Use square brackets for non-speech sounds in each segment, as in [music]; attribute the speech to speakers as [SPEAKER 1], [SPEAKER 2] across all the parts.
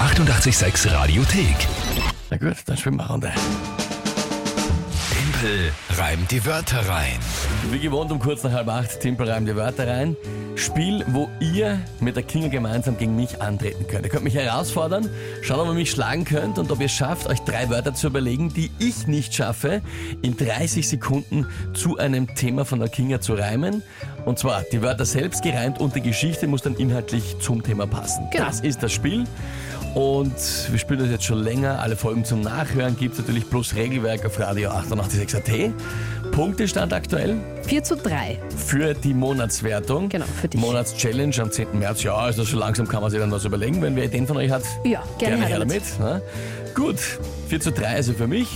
[SPEAKER 1] 886 Radiothek.
[SPEAKER 2] Na gut, dann schwimmen wir runter.
[SPEAKER 1] Tempel reimt die Wörter rein.
[SPEAKER 2] Wie gewohnt um kurz nach halb acht, Timpel reimt die Wörter rein. Spiel, wo ihr mit der Kinga gemeinsam gegen mich antreten könnt. Ihr könnt mich herausfordern, schauen, ob ihr mich schlagen könnt und ob ihr schafft, euch drei Wörter zu überlegen, die ich nicht schaffe, in 30 Sekunden zu einem Thema von der Kinga zu reimen. Und zwar die Wörter selbst gereimt und die Geschichte muss dann inhaltlich zum Thema passen.
[SPEAKER 3] Genau.
[SPEAKER 2] Das ist das Spiel. Und wir spielen das jetzt schon länger. Alle Folgen zum Nachhören gibt es natürlich plus Regelwerk auf Radio 886.at. Punktestand aktuell
[SPEAKER 3] 4 zu 3.
[SPEAKER 2] für die Monatswertung.
[SPEAKER 3] Genau, für dich.
[SPEAKER 2] Monatschallenge am 10. März. Ja, also schon langsam kann man sich dann was überlegen. Wenn wer Ideen von euch hat,
[SPEAKER 3] Ja, gerne,
[SPEAKER 2] her damit. ne? Gut, 4 zu 3 also für mich.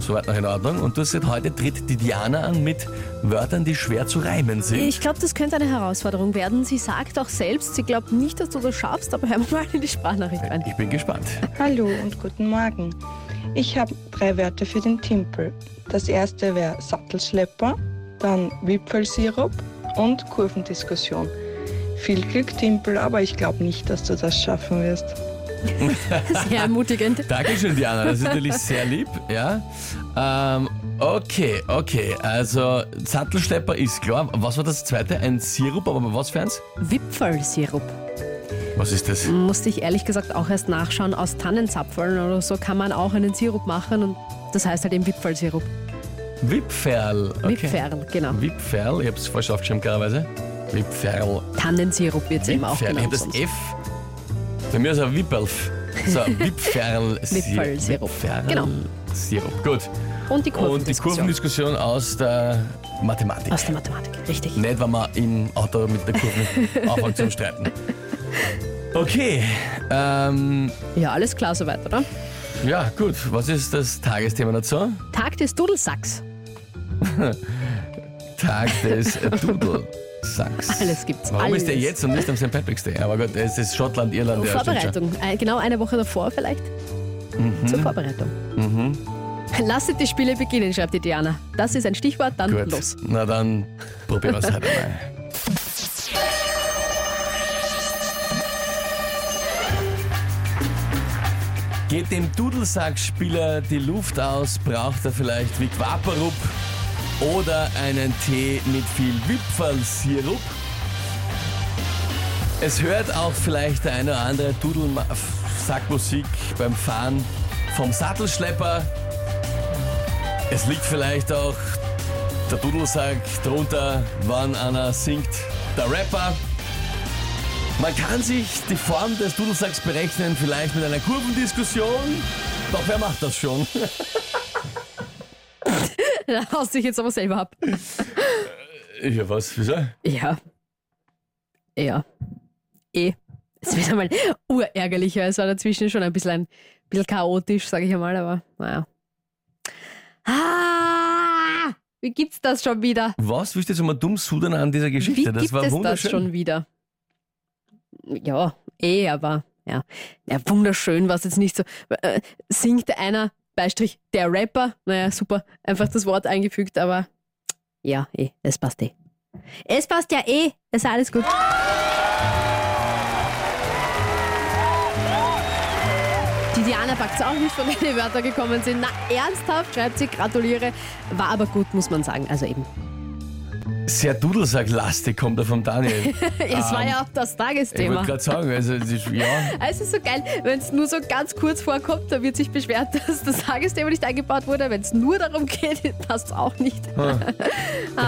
[SPEAKER 2] Soweit noch in Ordnung. Und du hast gesagt, heute tritt die Diana an mit Wörtern, die schwer zu reimen sind.
[SPEAKER 3] Ich glaube, das könnte eine Herausforderung werden. Sie sagt auch selbst, sie glaubt nicht, dass du das schaffst, aber hören wir mal in die Sprachnachricht rein.
[SPEAKER 2] ich bin gespannt.
[SPEAKER 4] Hallo und guten Morgen. Ich habe drei Wörter für den Timpel. Das erste wäre Sattelschlepper, dann Wipfelsirup und Kurvendiskussion. Viel Glück, Timpel, aber ich glaube nicht, dass du das schaffen wirst.
[SPEAKER 3] Sehr ermutigend.
[SPEAKER 2] Dankeschön, Diana. Das ist natürlich sehr lieb. Ja. Ähm, okay, okay. Also Sattelschlepper ist klar. Was war das zweite? Ein Sirup, aber was für eins?
[SPEAKER 3] [laughs] Wipfelsirup.
[SPEAKER 2] Was ist das?
[SPEAKER 3] Musste ich ehrlich gesagt auch erst nachschauen. Aus Tannenzapfeln oder so kann man auch einen Sirup machen und das heißt halt eben Wipfelsirup.
[SPEAKER 2] Wipferl. Okay.
[SPEAKER 3] Wipferl, genau.
[SPEAKER 2] Wipferl. Ich habe es falsch aufgeschrieben, klarerweise. Wipferl.
[SPEAKER 3] Tannensirup wird es eben auch
[SPEAKER 2] Wipferl. Ich
[SPEAKER 3] genannt.
[SPEAKER 2] habe das
[SPEAKER 3] sonst.
[SPEAKER 2] F. Bei mir ist ein Wipperlf.
[SPEAKER 3] [laughs]
[SPEAKER 2] So, Wipferl.
[SPEAKER 3] Wipferl-Sirup. Genau.
[SPEAKER 2] Sirup. Gut. Und
[SPEAKER 3] Und die
[SPEAKER 2] die
[SPEAKER 3] Kurvendiskussion.
[SPEAKER 2] Kurvendiskussion aus der Mathematik.
[SPEAKER 3] Aus der Mathematik, richtig.
[SPEAKER 2] Nicht, wenn man im Auto mit der
[SPEAKER 3] [laughs]
[SPEAKER 2] Kurve anfängt zu streiten. Okay, ähm,
[SPEAKER 3] Ja, alles klar soweit, oder?
[SPEAKER 2] ja gut, was ist das Tagesthema dazu?
[SPEAKER 3] Tag des Dudelsacks.
[SPEAKER 2] Tag
[SPEAKER 3] [laughs]
[SPEAKER 2] des Dudelsacks.
[SPEAKER 3] Alles gibt's,
[SPEAKER 2] Warum
[SPEAKER 3] alles.
[SPEAKER 2] ist der jetzt und nicht am St. Patrick's Day? Aber gut, es ist Schottland, Irland. ja, stimmt schon. Mhm.
[SPEAKER 3] Vorbereitung. Äh, Genau eine Woche davor vielleicht. Zur Vorbereitung. Lasset die Spiele beginnen, schreibt die Diana. Das ist ein Stichwort, dann
[SPEAKER 2] Gut,
[SPEAKER 3] los. [laughs]
[SPEAKER 2] na dann probieren wir es halt mal. Geht dem Dudelsackspieler die Luft aus, braucht er vielleicht wie Quaperup oder einen Tee mit viel Wipfelsirup. Es hört auch vielleicht der eine oder andere Dudelsackmusik beim Fahren vom Sattelschlepper. Es liegt vielleicht auch der Dudelsack drunter, wann einer singt, der Rapper. Man kann sich die Form des Dudelsacks berechnen, vielleicht mit einer Kurvendiskussion. Doch wer macht das schon?
[SPEAKER 3] Da haust dich jetzt aber selber ab.
[SPEAKER 2] Ja, was? Wieso?
[SPEAKER 3] Ja. Ja. Eh. Es wird einmal urärgerlicher. Es war dazwischen schon ein bisschen, ein bisschen chaotisch, sage ich einmal, aber naja. Ah! Wie gibt's das schon wieder?
[SPEAKER 2] Was willst du jetzt immer dumm sudern an dieser Geschichte?
[SPEAKER 3] Wie
[SPEAKER 2] das
[SPEAKER 3] gibt
[SPEAKER 2] war
[SPEAKER 3] es das
[SPEAKER 2] wunderschön.
[SPEAKER 3] schon wieder? Ja, eh, aber ja, ja wunderschön war es jetzt nicht so. Äh, singt einer, Beistrich, der Rapper, naja, super, einfach das Wort eingefügt, aber ja, eh, es passt eh. Es passt ja eh, ist alles gut. Die Diana packt es auch nicht, von denen die Wörter gekommen sind. Na, ernsthaft, schreibt sie, gratuliere. War aber gut, muss man sagen. Also eben. [laughs]
[SPEAKER 2] Sehr Dudelsacklastig kommt er vom
[SPEAKER 3] [laughs]
[SPEAKER 2] Daniel.
[SPEAKER 3] Es war ja auch das
[SPEAKER 2] Ähm, ich
[SPEAKER 3] Tagesthema.
[SPEAKER 2] wollte gerade sagen, also, das ist- ja,
[SPEAKER 3] Ah, Es ist so geil, wenn es nur so ganz kurz vorkommt, da wird sich beschwert, [laughs] dass das Tagesthema nicht eingebaut wurde. Wenn es nur darum geht, [laughs] passt es auch nicht. Ah,
[SPEAKER 2] Finde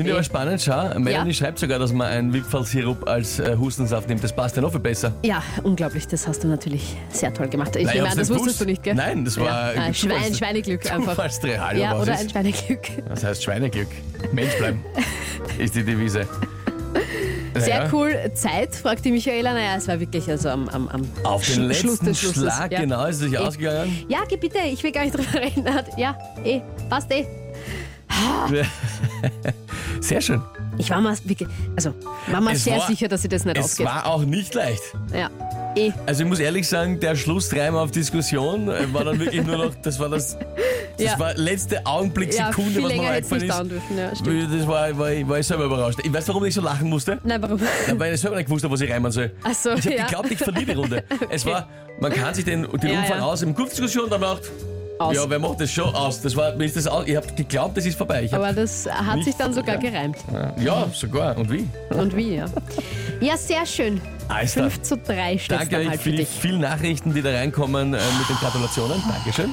[SPEAKER 2] ich
[SPEAKER 3] weh.
[SPEAKER 2] aber spannend, schau. Melanie schreibt sogar, dass man einen Wipfelsirup als äh, Hustensaft nimmt. Das passt ja noch viel besser.
[SPEAKER 3] ja, unglaublich, das hast du natürlich sehr toll gemacht. Ich
[SPEAKER 2] Nein, ich
[SPEAKER 3] nehme
[SPEAKER 2] hab's
[SPEAKER 3] an, das
[SPEAKER 2] nicht
[SPEAKER 3] wusstest
[SPEAKER 2] gewusst.
[SPEAKER 3] du nicht, gell?
[SPEAKER 2] Nein, das war-
[SPEAKER 3] Ja. Ah,
[SPEAKER 2] ich-
[SPEAKER 3] Schwein,
[SPEAKER 2] Zufalls- [laughs]
[SPEAKER 3] Schweineglück einfach.
[SPEAKER 2] Zufallsreal,
[SPEAKER 3] Ja,
[SPEAKER 2] was
[SPEAKER 3] oder
[SPEAKER 2] ist? [laughs]
[SPEAKER 3] ein Schweineglück.
[SPEAKER 2] Das heißt Schweineglück. Mensch bleiben
[SPEAKER 3] [laughs]
[SPEAKER 2] ist die Devise.
[SPEAKER 3] Sehr
[SPEAKER 2] Naja,
[SPEAKER 3] cool. Zeit, fragt die Michaela. Naja, es war wirklich also am, am, am
[SPEAKER 2] Auf
[SPEAKER 3] Sch-
[SPEAKER 2] den
[SPEAKER 3] Schluss
[SPEAKER 2] letzten
[SPEAKER 3] des Schlusses.
[SPEAKER 2] Schlag,
[SPEAKER 3] ja.
[SPEAKER 2] genau, ist es sich
[SPEAKER 3] Eh.
[SPEAKER 2] ausgegangen.
[SPEAKER 3] Ja, geh bitte, ich will gar nicht [laughs] drüber reden. Ja, eh, passt eh.
[SPEAKER 2] Sehr schön.
[SPEAKER 3] Ich war mal wirklich, also war mal
[SPEAKER 2] Es
[SPEAKER 3] sehr
[SPEAKER 2] war-
[SPEAKER 3] sicher, dass sie das nicht
[SPEAKER 2] Es
[SPEAKER 3] aufgeht.
[SPEAKER 2] war auch nicht leicht.
[SPEAKER 3] Ja. eh.
[SPEAKER 2] Also ich muss ehrlich sagen, der Schlussreim auf Diskussion äh, war dann wirklich nur noch, das war das, das
[SPEAKER 3] Ja.
[SPEAKER 2] war letzte Augenblick,
[SPEAKER 3] Ja,
[SPEAKER 2] Sekunde,
[SPEAKER 3] viel
[SPEAKER 2] was halt mir
[SPEAKER 3] länger hätte es
[SPEAKER 2] eingefallen
[SPEAKER 3] nicht
[SPEAKER 2] ist.
[SPEAKER 3] dauern dürfen. Ja, stimmt.
[SPEAKER 2] Das war, war, ich- war ich selber überrascht. Ich weiß, warum ich so lachen musste,
[SPEAKER 3] Nein, warum?
[SPEAKER 2] weil ich selber nicht gewusst habe, was ich reimen soll.
[SPEAKER 3] Achso,
[SPEAKER 2] Ich habe
[SPEAKER 3] ja.
[SPEAKER 2] geglaubt, ich verliere die
[SPEAKER 3] [laughs]
[SPEAKER 2] Runde. Es war, man kann sich den, den
[SPEAKER 3] Ja,
[SPEAKER 2] Umfang
[SPEAKER 3] ja.
[SPEAKER 2] aus im Kurzdiskussion und dann macht,
[SPEAKER 3] [laughs] Aus.
[SPEAKER 2] ja, wer macht das schon aus? Das war, mir ist das aus, ich habe geglaubt, das ist vorbei. Ich hab,
[SPEAKER 3] Aber das hat sich
[SPEAKER 2] Nicht-
[SPEAKER 3] dann sogar
[SPEAKER 2] ja.
[SPEAKER 3] gereimt.
[SPEAKER 2] ja, sogar. Und wie?
[SPEAKER 3] Und wie, ja. Ja, sehr schön.
[SPEAKER 2] Alles klar.
[SPEAKER 3] 5 zu 3 steht
[SPEAKER 2] Danke
[SPEAKER 3] dann
[SPEAKER 2] euch
[SPEAKER 3] halt
[SPEAKER 2] für
[SPEAKER 3] für
[SPEAKER 2] die
[SPEAKER 3] dich.
[SPEAKER 2] vielen Nachrichten, die da reinkommen äh, mit den Gratulationen. Dankeschön.